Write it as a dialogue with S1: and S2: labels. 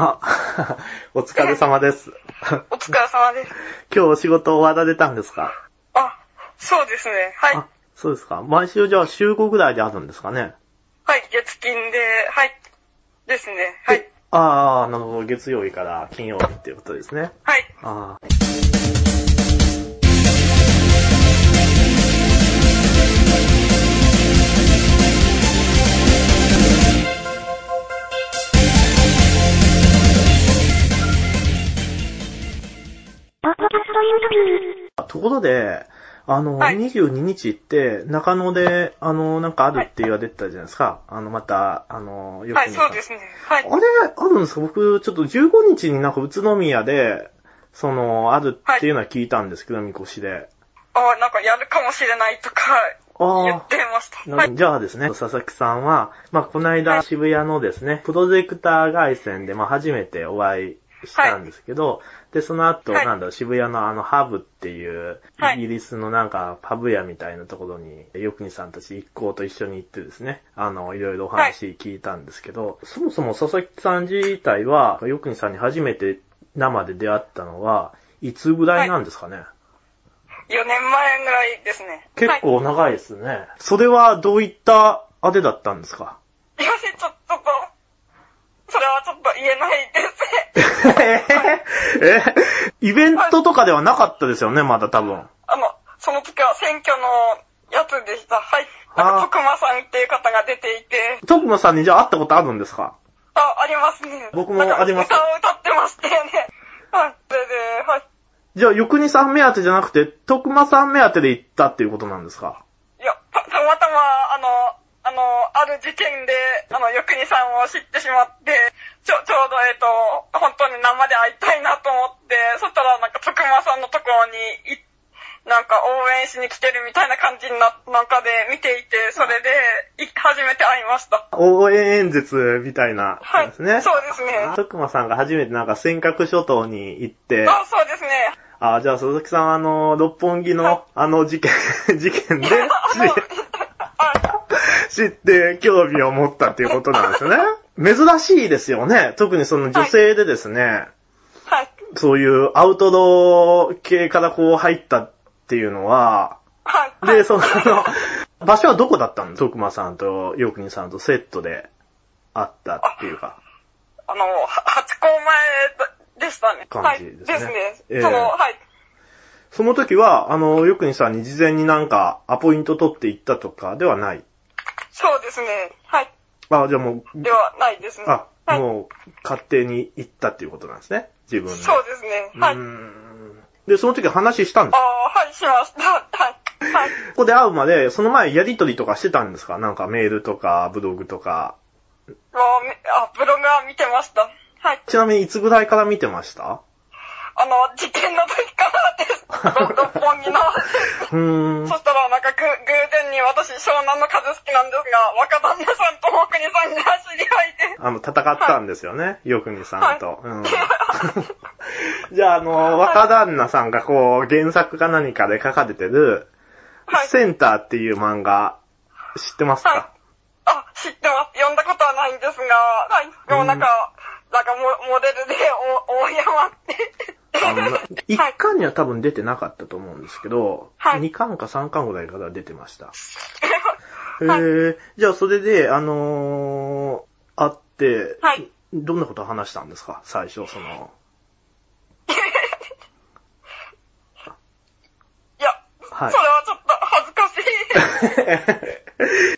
S1: 疲れ様です。
S2: お疲れ様です。
S1: 今日お仕事終わられたんですか
S2: あ、そうですね。はい。
S1: あ、そうですか。毎週じゃあ週5ぐらいであるんですかね。
S2: はい、月金で、はい。ですね。はい。
S1: あー、なるほど。月曜日から金曜日っていうことですね。
S2: はい。
S1: あー。ところで、あの、
S2: はい
S1: 22日って、中野で、あの、なんかあるって言われてたじゃないですか。あの、また、あの、よく
S2: はい、
S1: 見た
S2: そうですね。はい。
S1: あれ、あるんですか僕、ちょっと15日になんか宇都宮で、その、あるっていうのは聞いたんですけど、みこしで。
S2: あ、なんかやるかもしれないとか言
S1: あ
S2: ってまし
S1: あ。
S2: た。
S1: な
S2: は
S1: る
S2: い。
S1: じゃあですね、佐々木さんは、まあ、この間、
S2: はい
S1: 渋谷のですね、プロジェクター外線で、まあ、初めてお会いしたんですけど、で、その後、
S2: はい
S1: なんだろう、渋谷のあの、ハブっていう、
S2: はい
S1: イギリスのなんか、パブ屋みたいなところに、よくにさんたち一行と一緒に行ってですね、あの、いろいろお話聞いたんですけど、そもそも佐々木さん自体は、よくにさんに初めて生で出会ったのは、いつぐらいなんですかね、
S2: 4年前ぐらいですね。
S1: 結
S2: はい。
S1: 構長いですね。それはどういったあれだったんですか
S2: いや、ちょっと、それはちょっと言えないですね。
S1: ええイベントとかではなかったですよね、まだ多分。
S2: あの、その時は選挙のやつでした。はい。なんか、徳間さんっていう方が出ていて、
S1: 徳間さんにじゃあ会ったことあるんですか
S2: あ、ありますね。
S1: 僕も
S2: なんか
S1: あります
S2: 歌を歌ってましたよね。はい。それで、はい。
S1: じゃあ、横にさん目当てじゃなくて、徳間さん目当てで行ったっていうことなんですか
S2: いや、た、たまたま、あの、あの、ある事件で、あの、よくにさんを知ってしまって、ちょ、ちょうど、えっ、と、本当に生で会いたいなと思って、そしたら、なんか、徳間さんのところに、いなんか、応援しに来てるみたいな感じにな、なんかで見ていて、それで、い初めて会いました。
S1: 応援演説みたいな
S2: はい。
S1: ですね。
S2: そうですね。あ、
S1: 徳間さんが初めてなんか尖閣諸島に行って、
S2: そうですね。
S1: あじゃあ佐々木さんあの、六本木
S2: はい
S1: のあの事件、 事件で
S2: あの あ
S1: 知って興味を持ったっていうことなん ですよね。珍しいですよね。特にその女性でですね、
S2: はい。
S1: そういうアウトドア系からこう入ったっていうのは、
S2: はい。はい
S1: で、その、場所はどこだったの徳間さんとヨクニさんとセットで会ったっていうか。
S2: あの、は八公前でしたね。
S1: 感じですね
S2: はい。ですね。
S1: ええ
S2: その、はい。
S1: その時は、あの、ヨクニさんに事前になんかアポイント取って行ったとかではない。
S2: そうですね。はい。
S1: あ、じゃあもう、
S2: ではないですね。
S1: あ、
S2: はい。
S1: もう勝手に行ったっていうことなんですね。自分で。
S2: そうですね。はい。
S1: うー
S2: あ
S1: んで、その時話したんです
S2: あー、はい、しました。はい。はい。
S1: ここで会うまで、その前やりとりとかしてたんですかなんかメールとか、ブログとか。
S2: もうみあ、ブログは見てました。はい。
S1: ちなみにいつぐらいから見てました
S2: あの、事件の時からです。六本 木の。
S1: うーん。
S2: そしたら、なんかぐ、偶然に私、湘南の風好きなんですが、若旦那さんと大国さんが知り合いで。
S1: あの、戦ったんですよね。よくにさん と。
S2: は
S1: うん。じゃあ、あの、若旦那さんがこう、原作か何かで書かれてる、
S2: はい。
S1: センターっていう漫画、知ってます
S2: はい
S1: か、
S2: あ、知ってます。読んだことはないんですが、はい。でもなんか、なんかモモデルで、お、大山って。
S1: あの、1巻には多分出てなかったと思うんですけど、
S2: はい
S1: 2巻か3巻ぐらいから出てました。へ
S2: はい
S1: え、じゃあそれで、あのー、会って、
S2: はい
S1: どんなこと話したんですか最初、その、
S2: いや、
S1: はい
S2: それはちょっと恥ずかしい。
S1: え